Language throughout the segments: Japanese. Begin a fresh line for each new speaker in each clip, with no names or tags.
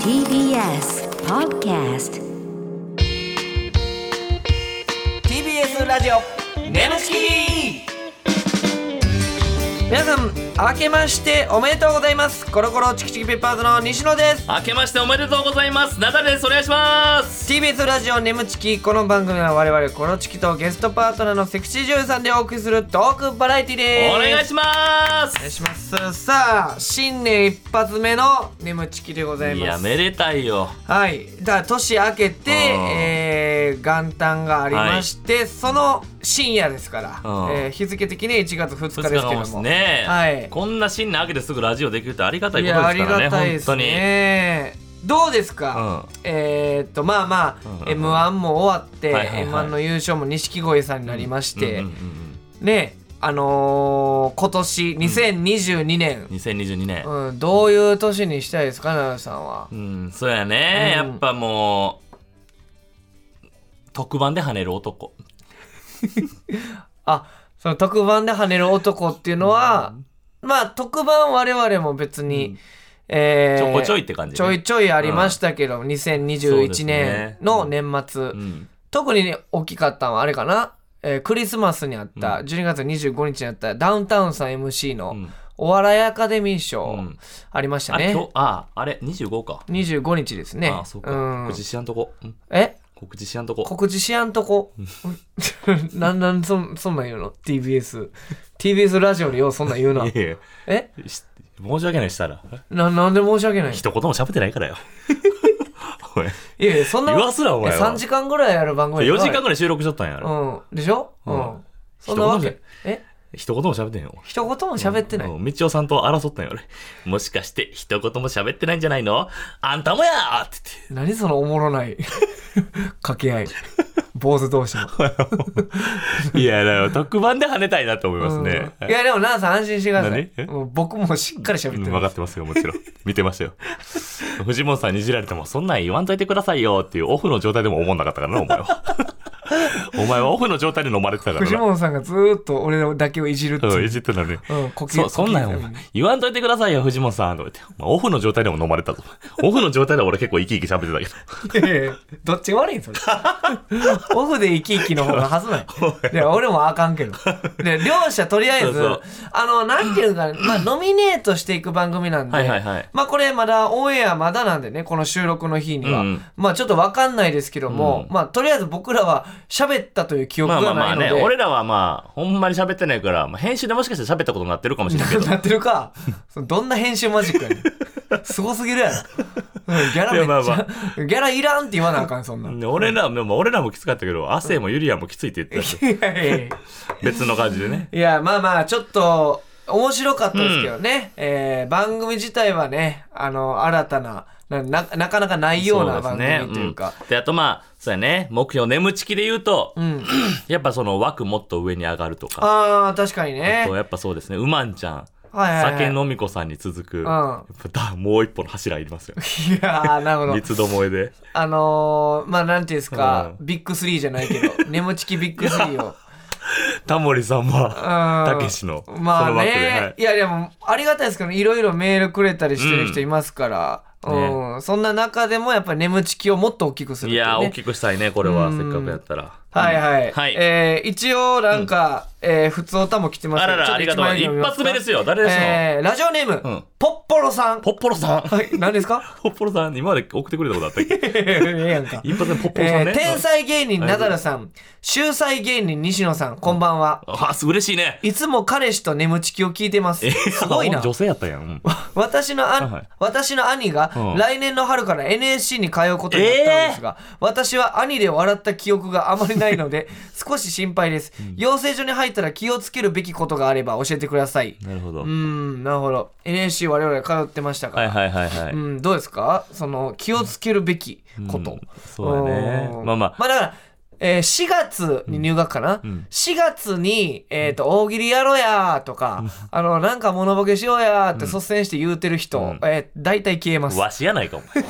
TBS Podcast
TBS ラジオ
ネムチキ
皆さん明けましておめでとうございますコロコロチキチキペッパーズの西野です
明けましておめでとうございますナダルですお願いします
TBS ラジオネムチキこの番組は我々コロチキとゲストパートナーのセクシー女優さんでお送りするトークバラエティです
お願いしま
お願い
す
しますさあ新年一発目のネムチキでござい
い
ま
や
す
めでたいよ
はいだから年明けて、
うん
えー元旦がありまして、その深夜ですから、
うん
えー日付的に1月2日です
2日
け
間
ど
も
も
ね、
はい
こんな新年明けですぐラジオできるってありがた
い
いこと
やあ
で
り
すからね
がたいです
本当に
ねどうですか、
うん
えーっとまあまあ、
うんうんうん
m 1も終わって、
はいはいはい
m 1の優勝も錦鯉さんになりまして、
うんうんうん
ねあのー今年2022
うん
年、
2022年
うんどういう年にしたいですか奈良さんは
う。ん、そうやね、
うん
やっぱもう特番で跳ねる男
あその特番で跳ねる男っていうのは、まあ特番我々も別に、えー
ちょこちょいって感じね
ちょいちょいありましたけど、
そうです
2021年
ね
の年末、
うん
特に、ね、大きかったのはあれかな、えークリスマスにあった、
う
12月25日にあったダウンタウンさん MC
う
の
ん
お笑いアカデミー賞、
うん
ありました
あ
ね
今日ああれ25か、
25日ですね
あそうか、
ん
告知しやんとこ、うん
え
告知しやんとこ
告知しやんとこ なんなんそんそんなん言うの TBS TBS ラジオにようそんなん言うない
やいや
え
し申し訳ないしたら
ななんで申し訳ない
一言も喋ってないからよおい
いやいやそんな
言わすなお前は
3時間ぐらいやる番組
4時間
ぐ
ぐらい収録しとったんやろ、
うんでしょう
うん
んそんなわ
一言も
けえ
一言も喋ってんよ
一言も喋ってない
うんみちおさんと争ったんや俺もしかして一言も喋ってないんじゃないのあんたもやーって
何そのおもろない 掛け合い坊主同士の、
言っていやだから特番で跳ねたいなと思いますね、
うんいやでも奈々さん安心してください
何え
もう僕もしっかり喋って
うん
る
分かってますよもちろん見てましたよ藤本さんにいじられてもそんなん言わんといてくださいよっていうオフの状態でも思んなかったからなお前 はお前はオフの状態で飲まれてたからな
藤本さんがずーっと俺だけをいじるって
うん
い、
いうじってたのに
うん、呼吸
そそんなんお前言わんといてくださいよ、藤本さん。とか言って。まあ、オフの状態でも飲まれたと。 オフの状態では俺結構生き生き喋って た
いやいや どっちが悪いんそれ オフで生き生きの方がはずないいや俺もあかんけどで両者とりあえず
そうそう
あのなんていうか、 まあ、ノミネートしていく番組なんで
はいはいはい
まあこれまだオンエアまだなんでねこの収録の日には、
うんうん
まあちょっとわかんないですけども、
うん
まあとりあえず僕らは喋ったという記
けど。
憶
まあま
が
あま
ない
あ
ので、
ね、俺らはまあ、ほんまに喋ってないから、まあ、編集でもしかしたら喋ったことになってるかもしれんけ ど。
なってるかそのどんな編集マジックやねん すごすぎるやろ、うんギャラめっちゃ、
いやまあま
ギャラいらんって言わなあかんそんな、
うん俺らも、まあ俺らもきつかったけど、亜生もユリアもきついって言ってたし、
いやいやいや
別の感じでね。
いや、まあまあ、ちょっと、面白かったですけどね。えー番組自体はね、あの、新たな、なななかなかないような番組というか。
うんで、あとまあ、そうやね、目標眠ちきで言うと、 やっぱその枠もっと上に上がるとか、
ああ、確かに
あ
ね
と。やっぱそうですね、うまんちゃん、
はいはいはい
酒飲み子さんに続く、やっぱだもう一歩の柱いりますよ。
いやー、なるほど
三。つどもえで。
あのー、まあ、なんていうんですか、
う
ビッグスリーじゃないけど、 眠ちきビッグスリーを。
タモリさんは、
た
たけしの
まあ
その枠で
ね、
はい
い、やでもありがたいですけどいろいろメールくれたりしてる人
うん
いますから、うん
ね
そんな中でもやっぱり眠ちきをもっと大きくするっ
い
ていう、ね、
やー、大きくしたいね、これ
う
は。
ん
せっかくやったら。
はいはい。
はい
えー一応なんか、えー普通歌も来てます
あ
けど
らら、ありがとう。一発目で。すよ。誰
ちょっと
です
一枚
の、
えーラジオネーム、
うん
ポッポロさん。
ポッポロさん。
はい、何ですか
ポッポロさん、今まで送ってくれたことあったっ け
ええやんか。
一発目、ポッポロさ
え
んね。
ー天才芸人ナダルさん、秀才芸人西野さん、こんばんは。
あ、す嬉しい ね。
いつも彼氏と眠ちきを聞いてます。すごいな
あ。女性やったやん。うん
私のあ、
はいはい
私の兄が
うん
来年の春から NSC に通うことになったんですが、私は兄で笑った記憶があまりないの で少し心配です、養成所に入ったら気をつけるべきことがあれば教えてください
なるほど。
うーんなるほど NSC 我々通ってましたから、
はいはいはいはい。
うん、どうですかその気をつけるべきこと、
うんそうやね
ん
まあまあ
まあだから、えー4月に入学かな、
ん
4月に、えーと大喜利やろうやーとか、あのなんかモノボケしようやーって率先して言うてる人、
ん
えー大体消えます
わしやないか、お前。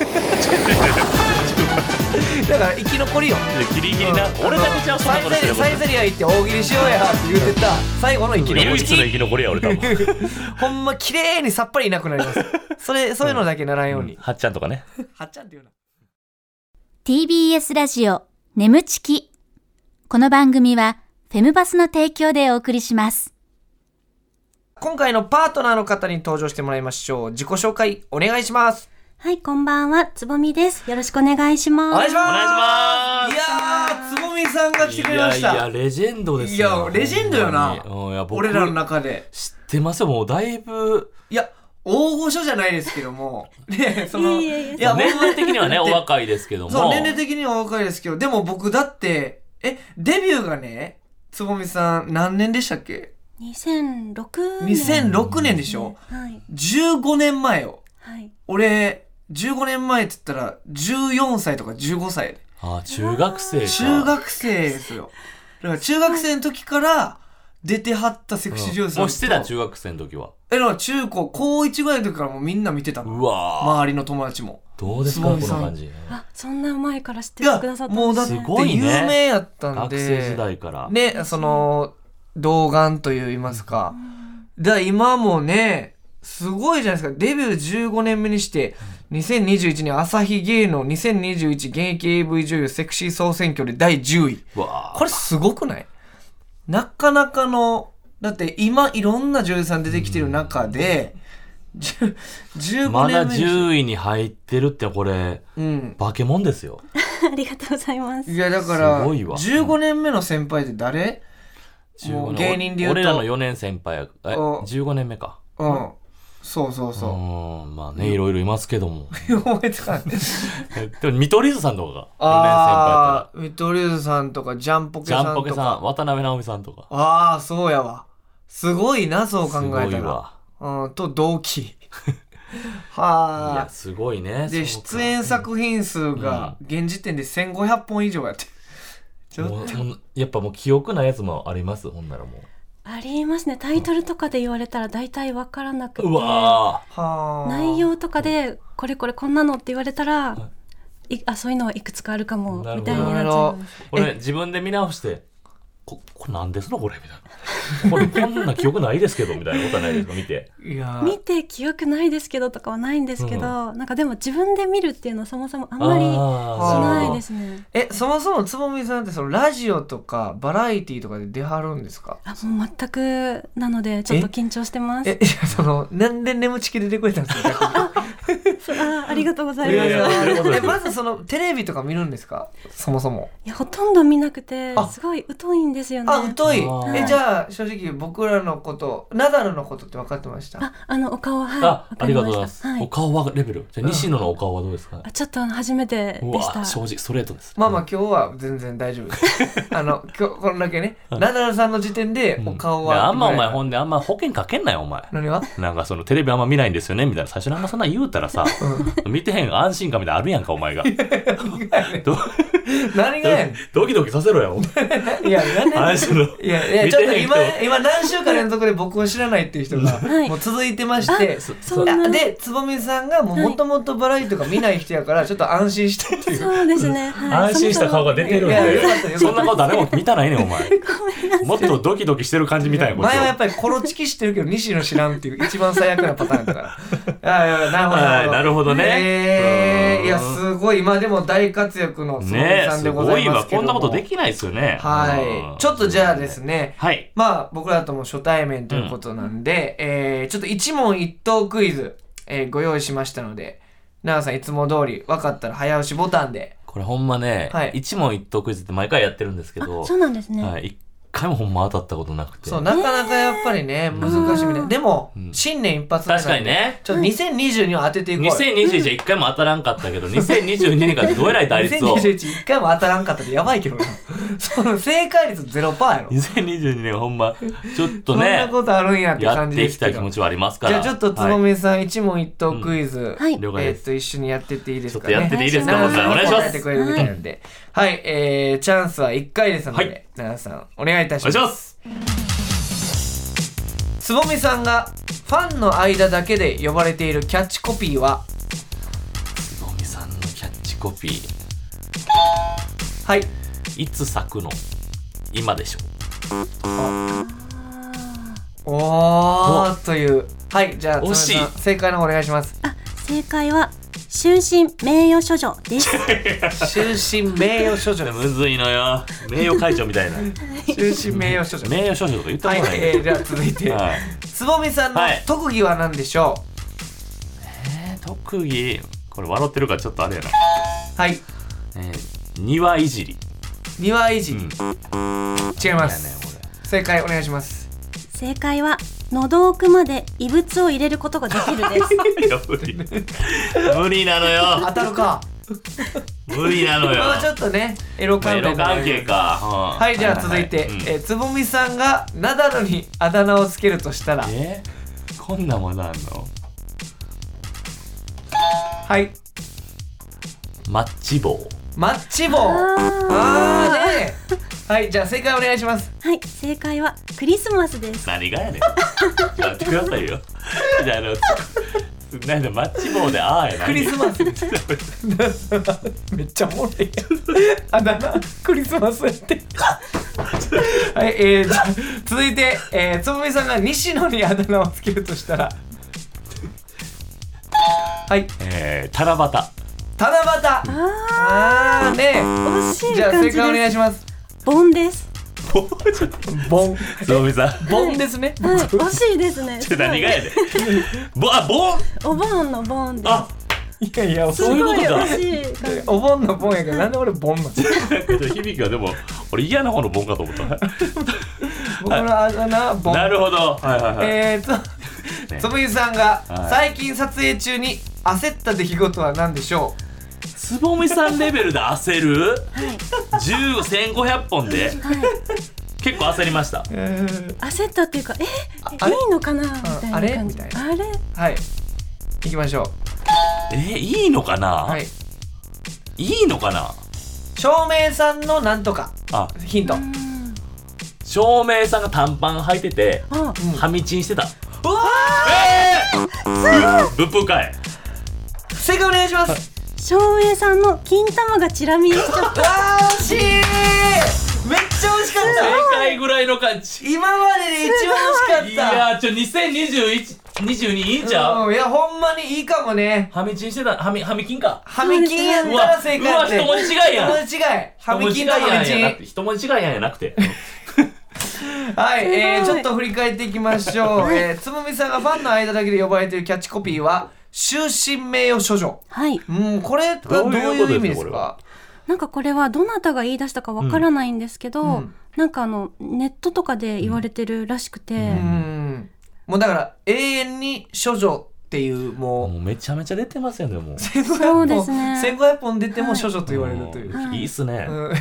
だから生き残りよ
ギリギリな、俺だけじゃそんなことしてるこ
サイゼリサイゼリア行って大喜利しようやって言うてた最後の生き残
と
り
唯一の生き残りや俺多 分
ほんま綺麗にさっぱりいなくなりますそれそういうのだけならんように、
はっちゃんとかね
はっちゃんっていうな
TBS ラジオ眠ちきこの番組はフェムバスの提供でお送りします
今回のパートナーの方に登場してもらいましょう自己紹介お願いします
はい、こんばんは、つぼみです。よろしくお願いします。
お願いします
願いし
いやーつぼみさんが来てくれました
いやいやレジェンドですよ
いやレジェンドよな
本当にうんいや僕
俺らの中で
知ってますよもうだいぶ
いや大御所じゃないですけども ねその
いやいやいや
年齢的にはね
だっ
お
て
若いですけども
そう、年齢的にはお若いですけど、でも僕だって、え、デビューがね、つぼみさん何年でしたっけ
2006年。
?2006 年でしょ
はい、
?15 年前よ。
はい。
俺、15年前って言ったら、14歳とか15歳。
あ中学生か
中学生ですよ。だから中学生の時から、出てはったセクシー女優さんと、
もうしてた中学生の時は
え、だから中高、高1ぐらいの時からもうみんな見てたの。
うわー
周りの友達も。
どうです
つ
かこ
ぼみ
の
さん
感じ
あ、そんな前から知って
い
て
や
くださったんですね
もうだって
すごい
有
ね
名やったんで
学生時代から
ねその童顔といいますかだから今もねすごいじゃないですかデビュー15年目にして2021年朝日芸能2021現役 AV 女優セクシー総選挙で第10位
うわー
これすごくないなかなかのだって今いろんな女優さん出てきてる中で、10 15
ま
年目
だ
にして、
10位に入ってるってこれ
うん、
化け物ですよ
ありがとうございます。
いやだから
すごいわ
15年目の先輩って誰も
15
う
年
芸人で言うと
俺らの4年先輩やえ
うん
15年目か
うんそうそう
う
そ
ーんまあねいろいろいますけ ども
う。思いつかんね。
でも見取り図さんとかが4年先輩やっ
ああ、見取り図さんとか、ジャンポケ
たらジ
さ
ャン
んと
ポケ
か。
さん渡辺直美さんとか
ああ、そうやわ。すごいな、そう考え
すご
た
い
ら。
わ
うん、と同期。
い
は
やすごいね
あ。で、
そうか
出演作品数が、現時点で1500本以上やってる。ちょっ
もうもうやっぱもう記憶ないやつもありますほんならも
ありますね。タイトルとかで言われたら大体わからなく
う
て。
うわ
とはあ。
内容とかで、これこれこんなのって言われたら、いあ、そういうのいくつかあるかも、
なる
み
ほど
たいになっちゃいます。
ーこれ自分で見直してここれ何ですのこれみたいなこれこんな記憶ないですけどみたいなことはないですか見て
いや
見て記憶ないですけどとかはないんですけど、なんかでも自分で見るっていうのはそもそもあんまりし
あー
ないですね。
え、そもそもつぼみさんって、その、ラジオとか、バラエティーとかで出はるんですか
あ、もう全くなので、ちょっと緊張してます。
え、いや、その、なんで眠ちき出てくれたんですか逆に
あありがとうござい
い
ま
や
す。
い
い
や
や
そういうことです
えまずそのテレビとか見るんですかそもそも
ほとんど見なくて
あ
すごい疎いんですよね。
あ疎い
あー
えじゃあ正直僕らのことナダルのことって分かってました
ああのお顔はい
あ
わ
あ
か
り
り
が
ま
とうございま
し
す、
た。は
お
い。
顔はレベルじゃあ西野のお顔はどうですか、
あちょっとあの初めて
う
でし
わ
た。
正直ストレートです
まあまあ今日は全然大丈夫です あの今日こんだけねナダルさんの時点でお顔
いや
は
あんまお前
ぐらい
ほんであんま保険かけんなよお前
何は
なんかそのテレビあんま見ないんですよねみたいな最初にあんまそんなん言うたら さ、見てへん安心感みたいなのあるやんかお前がど
何 がやね
ドキドキさせろやお前
んいや何やねん
安 心の
いやいや
見
ちょ
て
っと
へん人
今今何週間連続で僕を知らないっていう人が
はい
もう続いてまして
そんな
あでつぼみさんがもともとバラエティとか見ない人やからちょっと安心してっていう
そうで すね。はい。
安心した顔が出てるん
いやよかったよかっ
で
た
そんな顔誰も見たないねんお 前もっとドキドキしてる感じみたいなこっち
前はやっ
を
ぱりコロチキ知ってるけど西野知らんっていう一番最悪なパターンだ から。ああ、なるほど。
はいなるほどね
え
う
ー
ん
いや、すごい。まあでも大活躍のつぼみ
ねえ
さん
す
でご
ご
ざい
い
ま
わ
すけど
こん
も
なことできないですよね
はい。ちょっとじゃあですね。
はい
まあ僕らとも初対面ということなんで、えーちょっと一問一答クイズ、えーご用意しましたので、奈良さんいつも通り分かったら早押しボタンで。
これほんまね、
はい
一問一答クイズって毎回やってるんですけど
そうなんですね。
はい、一回もほんま当たったことなくて
そう、なかなかやっぱりね、難しいみたい。でも、新年一発目なんで
確かにね
ちょっと2022を当てていこうよ。
2020じゃ一回も当たらんかったけ ど、2022年からどえらい打率を。
2021一回も当たらんかったでやばいけどな その正解率0%やろ、
2022年ほんま、ちょっ
そ
と
んな
ね、
ことあるんやって
や
感
っ
じ
て
で
いき
す
た
け
い気
ど
持
じ
ちはありますから。
ゃあちょっとつぼ
はい
みさん、一問一答クイズ、
はい
了解
え
で
ーっ
す。
と一緒にやってっていいですか
ち
ね
ょっとやってていいですか
奈良さん
お願いします
答えてくれるみたいなんではい、えー、チャンスは1回ですので、
はい
奈良さんお願いいた
お
し
願
ま
いし
す
ます
つぼみさんがファンの間だけで呼ばれているキャッチコピーは
つぼみさんのキャッチコピー。です。
はい
いつ咲くの今でしょ。
おーというはいじゃあ
惜しい
つむさん正解の方お願いします
正解は終身名誉処女 です
終身名誉処女
むずいのよ。名誉会長みたい な。
終身名誉処女
名誉少女とか言った
はい
ことない。
えーじゃあ続いて
はい
つぼみさんの
はい
特技は何でしょ
特技、これ笑ってるからちょっとあれやな。
うはい
えー庭いじり。
庭維持
うん
違いま
だよ
す
ねこれ
正解お願いします
正解は喉奥まで異物を入れることができるです
いや無理無理なのよ
当たるか
無理なのよ
まあちょっとねエロ
まあ
関
エ
係
ロ関係か、うん
はいじゃあ続いて
はは
えーつぼみさんがナダルにあだ名をつけるとしたら
うんえこんなものあんの
はい
マッチ棒
マッチ棒あーねはいじゃあ正解お願いします
はい正解はクリスマスです
何がやねんやってくださいよじゃああのつなんだマッチ棒でああやな
クリスマス めっちゃおもろいやんあだ名クリスマスやって はいえー、 じゃあ続いて、えー、つぼみさんが西野にあだ名をつけるとしたらはい
えー、七夕
七夕ああーね
惜しい
じゃあ
感
正
じ
解お願
で
い
す
します
ボンです
ボン
つぼみさん
ボンですね、
はい惜しいですねすごい
何がやねんぼあぼん
お盆のボンです
あ
いやいや
すごい
そういうことか
惜しい感じ
お盆のボンやけどなんで俺ボンなん
響きはでも俺嫌な方のぼんかと思った
僕のあだ名はボン
なるほどはいはいはい、
えー
ね
と、つぶゆさんが
はい
最近撮影中に焦った出来事は何でしょ
つぼみさんレベルで焦る、10 1500本で結構焦りました
うは
焦ったっていうかえ
あれ
いいのかなみたいな
あれ
感じ
みたいな
あれ
い。行きましょ
えー、いいのかな、
う。はい。
い、いのかな
照明さんのなんとか。
あ
ヒント。
照明さんが短パン履いてて
あ
ハミチンしてた
うわ
ぶっぷかい
ー正解お願いします。
照明さんの金玉がチラ見えし ちゃっ
うわー、惜しいめっちゃ惜しかっ
正
た
解ぐらいの感じ
今までで一番惜
い
しかった
やーちょ202122いいんちゃう
うんいや、ほんまにいいかもね。
ハミチンしてたハミハミキンか
ハミキンやったら正解やって
うわうわ人違いやん
人違いハミキンとハミ
一文字違い
チ
やんやなくて一文字違いやんやなくて
はい、えー、
す
ち
ご
ょ
い
っと振り返っていきましょう、 えー、つむみさんがファンの間だけで呼ばれているキャッチコピーは「終身名誉処女
たはい」
うんこれはどういう意味ですか
なんかこれはどなたが言い出したかわからないんですけど、
うんうん
なんかあのネットとかで言われてるらしくて、
う
うん
もうだから永遠に処女っていうもう
もうめちゃめちゃ出てますよねもう
そうで すね
1500本出ても処女と言われるという、
いいっすね、
うん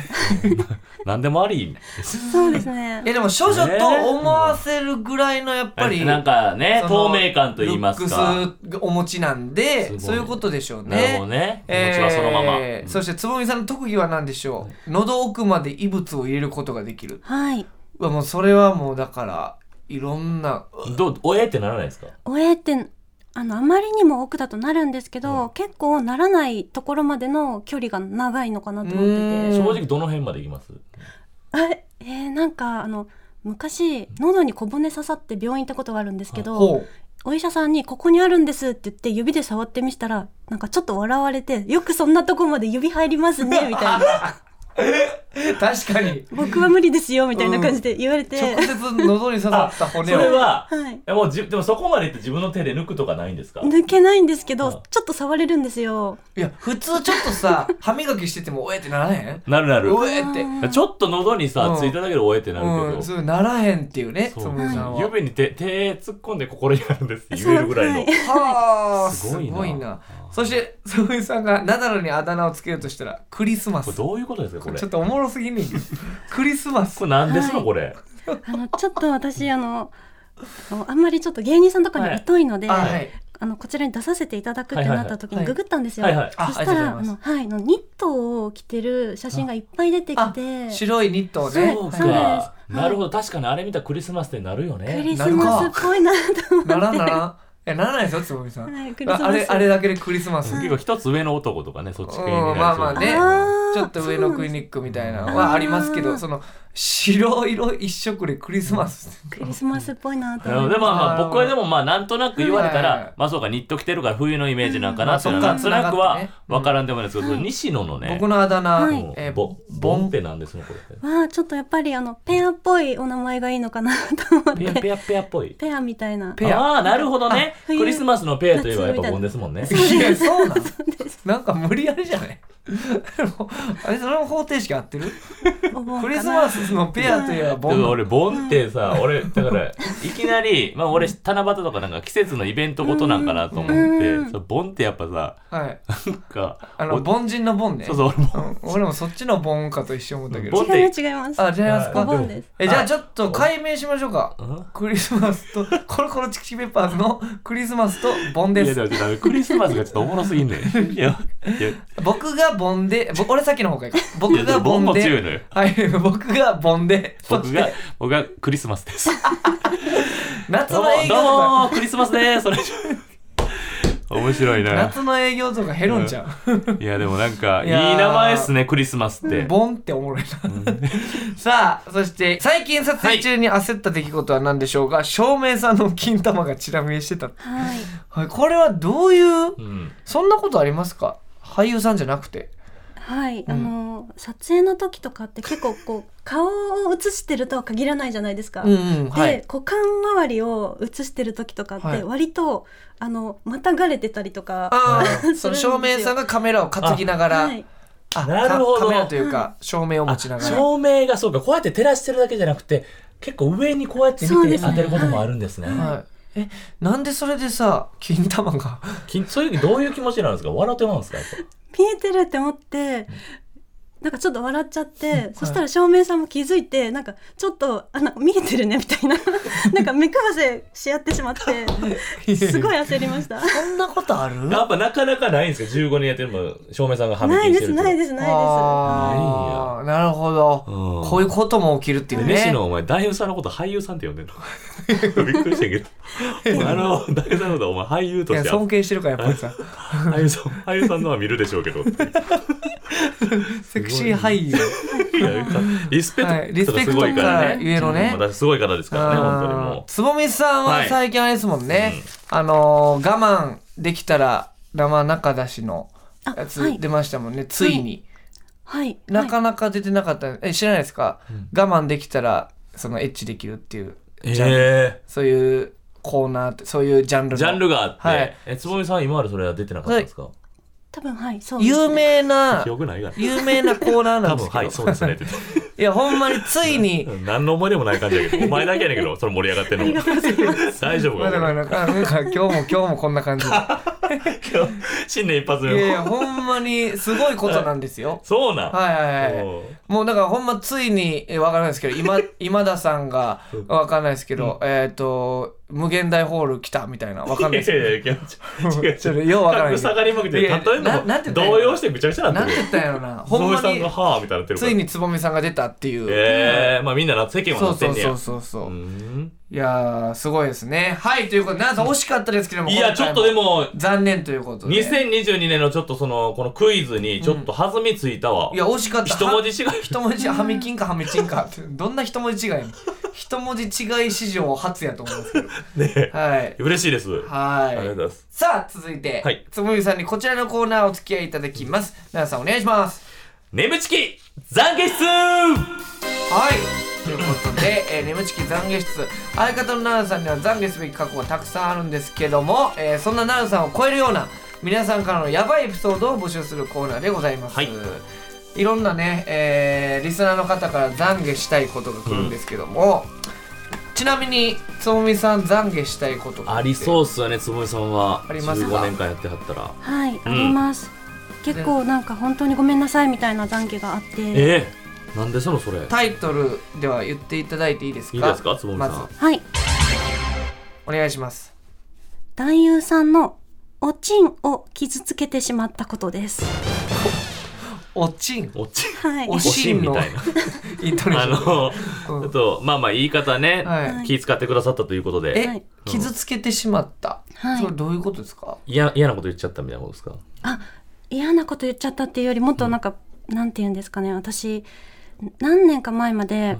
何でもあり
そうですね
えでも処女と思わせるぐらいのやっぱり、
なんかね
そ
透
の
明感と言います
ル
か
ックスがお持ちなんです
ごい
そういうことでしょうね
なるほどね気持ちはそのまま、
えーそしてつぼみさんの特技は何でしょう喉奥まで異物を入れることができる
はい。
うわもうそれはもうだからいろんな
どうおえってならないですか
おえって、あの、あまりにも奥だとなるんですけど、結構ならないところまでの距離が長いのかなと思っ
う
て
ん
て。
正直どの辺までいきます
あえーなんか、あの、昔、喉に小骨刺さって病院行ったことがあるんですけど、
ほう
お医者さんに、ここにあるんですって言って、指で触ってみしたら、なんかちょっと笑われて、よくそんなとこまで指入ります ね、みたいな。
確かに
僕は無理ですよ、みたいな感じで言われて。
直接喉に刺さった
そ
骨
れ
を
は、
はい
えもうじでもそこまでいって自分の手で抜くとかないんですか
抜けないんですけ
うん
ど、ちょっと触れるんですよ。
いや普通ちょっと さ歯磨きしててもおえってならへん
なるなる
おえって
ちょっと喉にさ、
うん
ついただけでおえってなるけど、
うんそうならへんっていうねつ
そう
ぼみさんは
指に手手突っ込んで心にあるんですって言えるぐらいの、
そうは
はあす
すご
ご
いない
なそしてつぼみさんがナダルにあだ名をつけるとしたらクリスマ
これ
ス
どういうことですかこれ
ちょっとおもろすぎんね んけどクリスマス
これ何ですか、
はい
これ
あのちょっと私あのあのあんまりちょっと芸人さんとか
はい
に疎いので、
あはい
あのこちらに出させていただくっ
は
て
いはいは
ないった時
は
に
い
ググったんですよ。
はいはい
あ
そし
あ
た
りが
ら
とうござ
あ
い
のはいあのニットを着てる写真がいっぱい出てき
あ
て、
白いニットをね
そう
そうです
かなるほど確かにあれ見たらクリスマスってなるよね
クリスマスっぽいなと思って。
ならんならんえ、ならないですよ、つぼみさん。
はいクリスマス
ああれ、あれだけでクリスマス。
結構一つ上の男とかね、そっち系にな
うん、
りそう
まあまあね
あー
ちょっと上のクリニックみたいなのはありますけどその白色一色でクリスマス
クリスマスっぽいなと
なるほ
思
どで
って。
もまあ僕はでもまあなんとなく言われた
はいはい
ら、まあそうか、ニット着てるから冬のイメージなんかなっていうの
ま
は、
あ
なん
そっ
と
かつな
なく
がって
は
ね
わからんでもないですけど、その西野のね
僕、のあだ名、
はい
えー
ボ
ボ
ボン
ン
ってなんですね、これ。
あーちょっとやっぱりあのペアっぽいお名前がいいのかなと思っ
ペア
て
ペアペアっぽい。
ペアみたいな
ペア
ああ、なるほどね。
冬
クリスマスのペアといえばやっぱボンですもんね。
いやそうなんなんか無理やりじゃ ないあれその方程式合ってる
お盆
クリ
か
ス
な
マスのペアといえばボ
でも
ン
俺ボンってさ、俺だからいきなり、まあ俺七夕とかなんか季節のイベントごとなんかなと思
う
っ
ん
て、そうボンってやっぱさ、
はい
なんか、
あの
お
凡人のボンね
そうそう、俺ボン。
うん俺もそっちのボンかと一緒思ったけど
ボン
違います違います
あ違います
お
か
盆です
えじゃあちょっと解明しましょうか
うん
クリスマスとコロコロチキチキペッパーズの クリスマスとボンで
い
す
やでもちょっとクリスマスがちょっとおもろすぎんねん。いや、いや、
僕がボンで、ぼ俺先の方がいいか。僕
い
が
や
ボ
ボン
ン
も強い
で。
のよ。
はい、僕がボンで。
僕が
そして、
僕がクリスマスです。
夏
どう
の
も
営、業
どう
とか、
もクリスマスです。それじゃ面白いな。
夏の営業とか減るんちゃ
いや、でもなんか、い
い
い
やー
名前ですね、クリスマスっ
う。
て。
ボンっておもろいな。 さあ、そして、最近撮影中に焦った出来事は何でしょうか照明さんの金玉がチラ見えしてた。
はい
はい、これはどういう
う、ん。
そんなことありますか俳優さんじゃなくて。
はい、あの撮影の時とかって結構こう顔を映してるとは限らないじゃないですか。
うんうん、はい
で。股間周りを映してる時とかっ
はい
て割と、あのまたがれてたりとか
あ
う
あ、
ん
その照明さんがカメラを担ぎながら
は、い、
あ、か
なるほど
カメラというか、照明を持ちながら。
照明がそうか、こうやって照らしてるだけじゃなくて、結構上にこうやって
見てそうですね当てることも
あるんですね
はい。え、なんでそれでさ、金玉が。
そういう時どういう気持ちなんですか笑ってまうんですか
見えてるって思ってなんかちょっと笑っちゃって、そしたら照明さんも気づいてなんかちょっとあなんか見えてるねみた いななんか目くばせし合ってしまって すごい焦りました。
そんなことある
やっぱなかなかないんですか ?15 年やってるのも、照明さんがはめ
な
てし
いで
て
す
ると
ないですないで
ああ、なるほど。
うん
こういうことも起きるってい
で、
うね。
西野お前、男優さんのこと俳優さんって呼んでんのびっくりした けど。あの、男優さんのことお前俳優
い
とし
や
て、
尊敬してるから、やっぱ りさ。
俳優さん、俳優さんのは見るでしょうけど。い
セクシー俳優。
やリスペ
はいリス
クトが
ペ
す
クト
ごい
か
か
らら
ね。
ゆえのね
うん。私すごい方ですからね、
あー
本当にも
つぼみさんは
はい
最近あれですもんね。あのー我慢できたら生中出しのや
あは
つ
い
出ましたもんね、ついに。
す。はい。
なかなか出てなかった。え、知らないですか、我慢できたら、そのエッチできるっていう。
う。え
そういうコーナーって、そういうジャンル
ー
の
ジャンルがあって、
はい
えつぼみさん今までそれは出てなかったんですか
多分はいそうですね
有名 な
記、憶ないが。
有名なコーナーな
多
んで
分、
すけど。
はい、そうですねって言っ
いや、ほんまについに、
て。何の思い出もない感じだ けど、お前だけやねんけど、それ盛り上がってんの。大丈夫
まだまだ
か
なんか、なんか今日も今日もこんな感じで。い
今日新年一発
やい
目
や、
の。
ほんまにすごいことなんですよ。
そうなん。
はいはいはい。
おう
もうだからほんまついに、えわからないですけど、 今、今田さんが、わかんないですけど、えっ、と、無限大ホール来たみたいな、わかんないですけ
い
ど。
やいやいや違う違う
ちょっとようわからない
格下がりまくって
い
例
や
えるの
ななんて言
も
ったらいいの
動揺してぐちゃぐちゃな
なん
っててる
言ったんやろな。
つぼ
ほん
み
ま
さん
に
が、、はあみたいになってるか
つ
ら
いにつぼみさんが出たっていう。
ええまあみんなな世間
そ
は
う
なっ
そ
てん
う
ね
そう
や
そうそうう。
ん
いやー、すごいですね。はい、ということで、なんか惜しかったですけども、
いや
今
ちょ
回
っとで、も
残念ということで。
2022年のちょっとそのこのクイズにちょっと弾みついたわ、
いや、惜しかった。
一文字違い
は 一文字、ハミキンかハミチンかって。どんな一文字違いの一文字違い史上初やと思うんですけど。
ね
はい。
嬉しいです、ありがとうござ
はい
ます
い。さあ、続いて、
はい
つぼみさんにこちらのコーナーお付き合いいただきます。奈良さん、お願いします。
眠ちき懺悔室
はい。ということで、えー、眠ちき懺悔室。相方の奈良さんには懺悔すべき過去がたくさんあるんですけども、えーそんな奈良さんを超えるような、皆さんからのやばいエピソードを募集するコーナーでございます。
はい
いろんなね、えーリスナーの方から懺悔したいことが来るんですけども、ちなみにつぼみさん懺悔したいこと
あり
う
そうっすよねつぼみさんは
ありますか
15年間やってはったら
はい、あります。結構なんか本当にごめんなさいみたいな懺悔があって、
ええなんでそのそれ
タイトルでは言っていただいていいですか
いいですかつぼみさん
まず
はい、
お願いします
男優さんのおちんを傷つけてしまったことです。
おちん。
お ちん
はい
お
おし
しん
んみ
の
た いな。
イントネー
あ
ション。う
の、
ん
ちょっと、まあまあ言い方ね、
はい
気使ってくださったということで。
え、
はい
傷つけてしまった。
はい
それどういうことですか。
嫌嫌なこと言っちゃったみたいなことですか
あ嫌なこと言っちゃったっていうよりもっとなんか、なんて言うんですかね私何年か前まで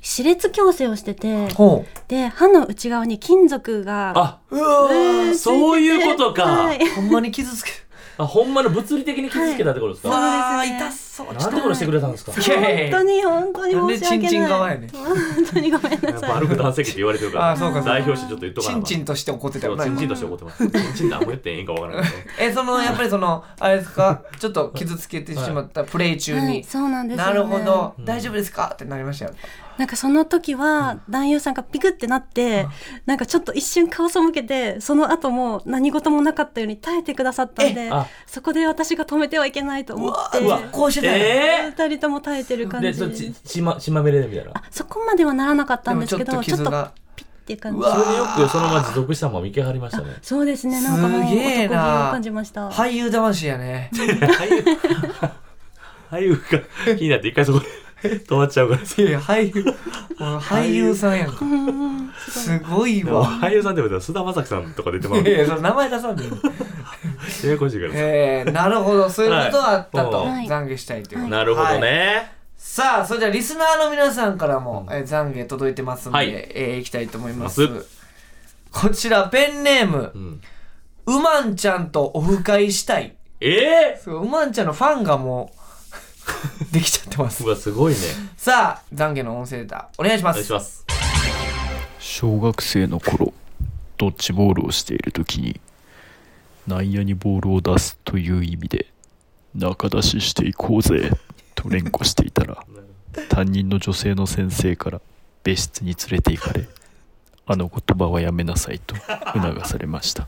歯列矯正をしてて
ほ
で歯の内側に金属が
あ
う。うわ
えーついてて
ー
そういうことか
はい
ほんまに傷つけ。
あほんまの物理的に傷つけたってことですか、
は
わ
そうです
ー
ね
痛そう。
なんでこれしてくれたんですか
いやいやい
本
や
当に本当に申し訳ない
なんでチンチン側やねん
本当にごめん なさい
悪く男性器って言われてるから
あそうかそうか
代表してちょっと言っとか
ち
なん
ちんとして怒ってた
そ
よ
う
な。
チン
今
チンとして怒ってますチンチン何も言ってええんかわからないけ ど
え、そのやっぱりそのあれですか。ちょっと傷つけてしまったプレイ中
は
に
い、。そうなんですよ
なるほど
う。ん
大丈夫ですかってなりましたよ。
なんかその時は男優さんがピクってなって、なんかちょっと一瞬顔背けてその後も何事もなかったように耐えてくださったんで
あ
そこで私が止めてはいけないと思って
うわこうしてたよ。
え
二人とも耐えて
ー、
る感
で
じ
ちょっとちちまちまみれみたいな
あそこまではならなかったんです
で
けど
も
ち
ち
ょ
ょ
っ
っと傷
と
が
ピッて感
う
じ
わ
それよくそのまま持続したまま見けはりましたね
そうですねなんかもう
すげえ
男気
な
を感じました
俳優魂やね。
俳優俳優が気になって一回そこで止まっちゃうから
いや俳優、もう俳優さんやんか。
うんうん
すごい
でも
わ。
俳優さんってことは菅田将暉さんとか出てまう
いやいや、その名前出さんでいい。
ややこしいから
えー、なるほど、そういうことがあったと、
はい
懺悔したいということで、
なるほど
はい
ね
さあ、それではリスナーの皆さんからも、えー懺悔届いてますんで、
はい
えーいきたいと思います
ます。
こちら、ペンネーム
う、ん
うまんちゃんとオフ会したい。
え
そう、うまんちゃんのファンがもう、 できちゃってます
ー、。うわすごいね
さあ、懺悔の音声データ、お願いし
お
ま
願い
す
し。ます
小学生の頃ドッジボールをしている時に内野にボールを出すという意味で仲出ししていこうぜと連呼していたら担任の女性の先生から別室に連れて行かれあの言葉はやめなさいと促されました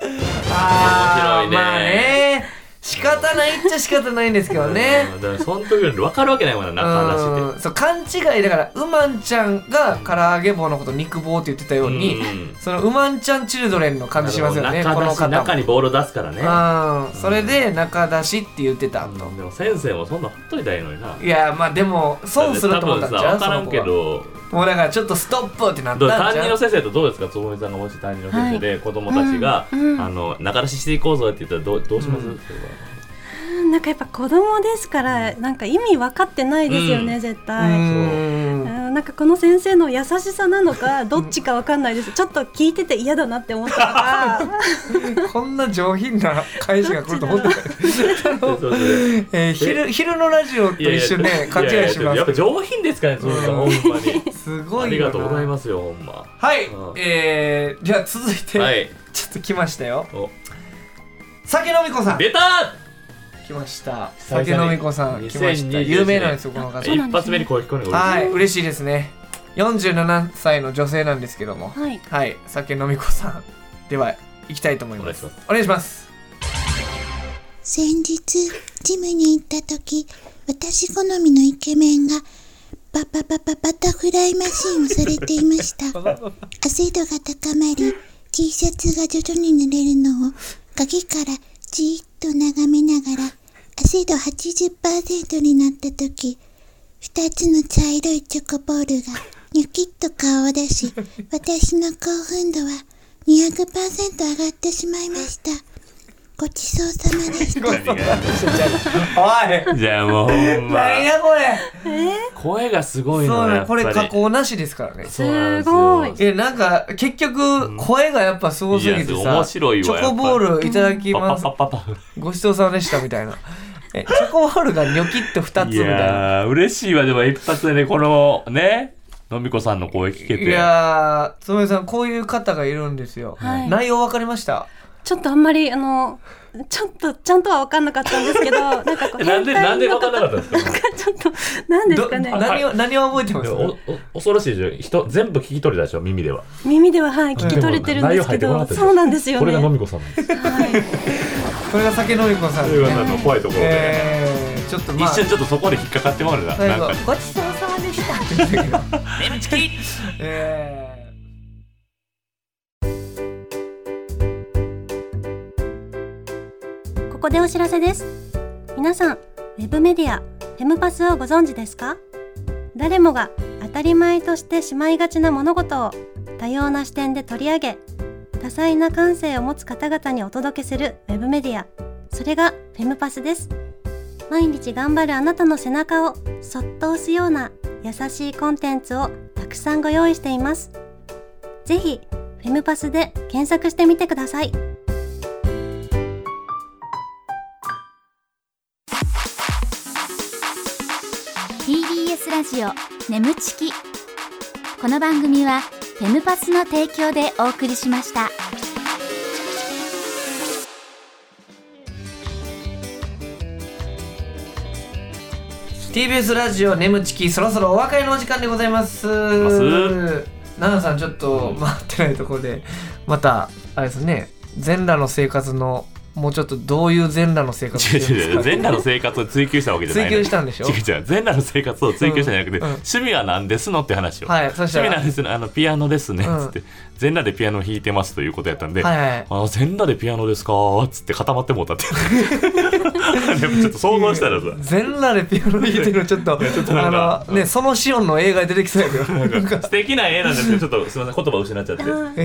あー
面白いね
まあね。仕方ないっちゃ仕方ないんですけどね。
うんだからその時より分かるわけないもんな仲出しって
うんそう勘違いだからうまんちゃんが唐揚げ棒のこと肉棒って言ってたように、
うん
そのうまんちゃんチルドレンの感じしますよね
なる
この
ほど中出し
方
中にボールを出すからね
も、うん、それで中出しって言ってたと、
うんでも先生もそんなほっといたらいいのにない
やまあでも損すると思ったんちゃ
多
う
分さ分からんけ
その子
ど
はもうだからちょっとストップってなっ
どう
たん
担
ち
任
ゃ
の
う
先生とどうですかつぼみさんがもし担任の先生で子供たちが、
うんうん
あの仲出ししていこうぞって言ったらどうどうします、
うん
それは
うんなんかやっぱ子供ですからなんか意味分かってないですよね、
うん
絶
う
対、
ん
うんなんかこの先生の優しさなのか どっちか分かんないですちょっと聞いてて嫌だなって思ったの か
こんな上品な返しが来ると思 ってない
そうそうそう
えー昼昼のラジオと 一緒
いやい
ね
や
勘違いし
や
ま
やっぱ
す
上品ですからねつぼみさんほんまに
すごいよな
ありがとうございますよほんま
はい、
うん
えー、じゃあ続いて、
はい
ちょっと来ましたよ
お
酒飲み子さん
出た
来ました
久々に
酒飲み子さん来ました
2021
有名なんですよこの方
そうなんですね
一発目に声聞こえるのが
は
嬉し
い嬉しいですね47歳の女性なんですけども
はい
はい酒飲み子さんでは行きたいと思います
お願いし
お願いします
先日ジムに行った時私好みのイケメンがバババババタフライマシンをされていました汗度が高まり T シャツが徐々に濡れるのを鍵からじーっと眺めながら汗度80%になった時二つの茶色いチョコボールがニョキッと顔を出し私の興奮度は200%上がってしまいましたごちそうさまでした
い何が
お
じゃあもうほん
い
ま
何やこれ
声がすごい
そう
の
な
ね
んこれ
やっぱ
加
り
工なしですからね
そうなんです
ごい
よ
えなんか結局声がやっぱすごすぎて
い
さ
や面白いわ
チョコボールいただきます
パパパパ
ごちそうさまでしたみたいなえチョコボールがニョキッと2つ
い
みたいな
やー嬉しいわでも一発でねこのねのみこさんの声聞けて
いやーつぼみさんこういう方がいるんですよ、
はい
内容わかりました
ちょっとあんまりあのちょっとちゃんとは分かんなかったんですけどなんかこう
なんで
変態の
なんで分かんなかったんですか
なんかちょっとなんですかね
ど何を何を覚えてます
でもおお恐ろしいでしょ人全部聞き取れたでしょ耳では
耳でははい聞き取れて
で
るんですけ
も内容入ってこなか
ど
った
そうなんですよ
これがの
ね
みこさんなんです
これが酒飲み子さん
と
です
いう
ね
あの怖いところで
えー、ちょっとま
一
あ
瞬ちょっとそこで引っかかってもらうなな
最
ん
後
か
ごちそうさまで したって言ってたけどえ
ここでお知らせです
皆さんウェブメディアフェムパスをご存知ですか誰もが当たり前としてしまいがちな物事を多様な視点で取り上げ多彩な感性を持つ方々にお届けするウェブメディアそれがフェムパスです毎日頑張るあなたの背中をそっと押すような優しいコンテンツをたくさんご用意していますぜひフェムパスで検索してみてください
TBS ラジオ眠ちきこの番組はフェムパスの提供でお送りしました
す TBS ラジオ眠ちきそろそろお別れのお時間でございます
ます
奈々さんちょっと待ってないところでまたあれですね全裸の生活のもうちょっとどういう全裸の生活
違う
してるん
違う違う
です
全裸の生活を追求したわけじゃない
追
のよ
求したんでしょ
違う違う全裸の生活を追求したんじゃなくて、
うんうん
趣味は何ですのって話を、
はいそし
趣
た
味
ら
なんですねあのピアノですね
うん
つって、全裸でピアノ弾いてますということやったんで、
はいはい
あの全裸でピアノですかっつって固まってもうたって でもちょっと想像したらさ
全裸でピアノ弾いてるのちょっと
ょっとなんか
あのねそのシオンの映画に出てきそうやけど
なんか素敵な絵なんですけどちょっとすみません言葉を失っちゃって、まあ素敵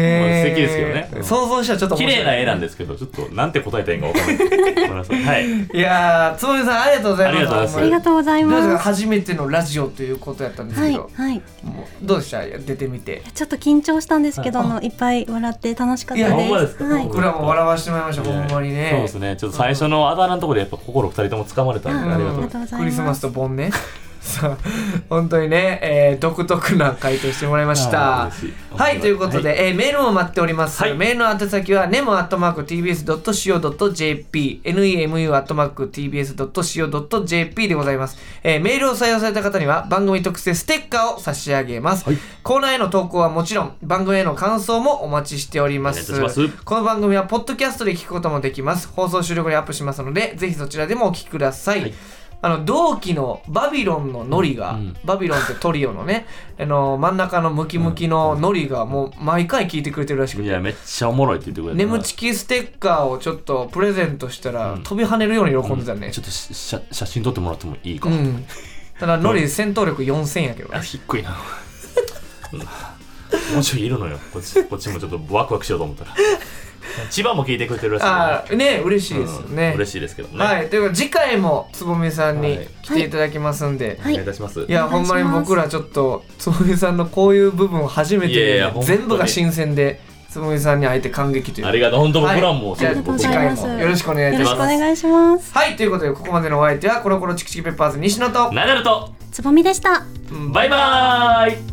ですけどねうん
想像したらちょっと
綺麗な絵なん
で
ですけどちょっとなんて答えたらいいかわからないごめんな さいはい
いやーつぼみさんありがとうございます
ありがとうございます
あり
どうで
がとうござい
すか
ます
初めてのラジオということやったんです
は
け
い
ど、
はい
もうどうでした出てみて
ちょっと緊張したんですけど、あのいっぱい笑って楽しかっ
いや
た
ほ
で
ん
す。
まですか
はい
僕らも笑わしてもらいましたほんまにね
そうですねちょっと最初のあだ名のところでやっぱ心二人とも掴まれたんで、
うん
ありがとうございます
ありがとうございます
クリスマスと盆ね さあ本当にね、えー独特な回答してもらいました
あー嬉しい
はいということで、えーメールも待っております、
はい
メールの宛先は nemo.tbs.co.jp nemu.tbs.co.jp でございます、えーメールを採用された方には番組特製ステッカーを差し上げます、コーナーへの投稿はもちろん番組への感想もお待ちしております
お願いいたします
この番組はポッドキャストで聞くこともできます放送終了後にアップしますのでぜひそちらでもお聞きください、あの同期のバビロンのノリが、
うん
バビロンってトリオのねあの真ん中のムキムキのノリがもう毎回聞いてくれてるらしく
い
て
やめっちゃおもろいって言ってくれた
眠ちきステッカーをちょっとプレゼントしたら、飛び跳ねるように喜んでたね
ちょっとし写写真撮ってもらってもいいか、
うん、ただノリ戦闘力4000やけど
あ
ね
低いな うんもうちょいいるのよこっちこっちもちょっとワクワクしようと思ったら千葉も聞いてくれてるらしい
あ
か
あね嬉しい
ら
ですよね、
うん嬉しいですけどね、
はい、ということで次回もつぼみさんに
はい
来ていただきますんで、
お願いいたします
い、やほんまに僕らちょっとつぼみさんのこういう部分を初めて
いやいや
で
本当に
全部が新鮮でつぼみさんに会えて感激という
ありがとう本当僕らも、
はいじ
そう
ゃあ
です
りがとうご
次
ざい
回
ます
もよろしくお願いい
よ
たし
ろしくお
ます
願いします。
はいということでここまでのお相手はコロコロチキチキペッパーズ西野と
ナダルと
つぼみでした。
バイバーイ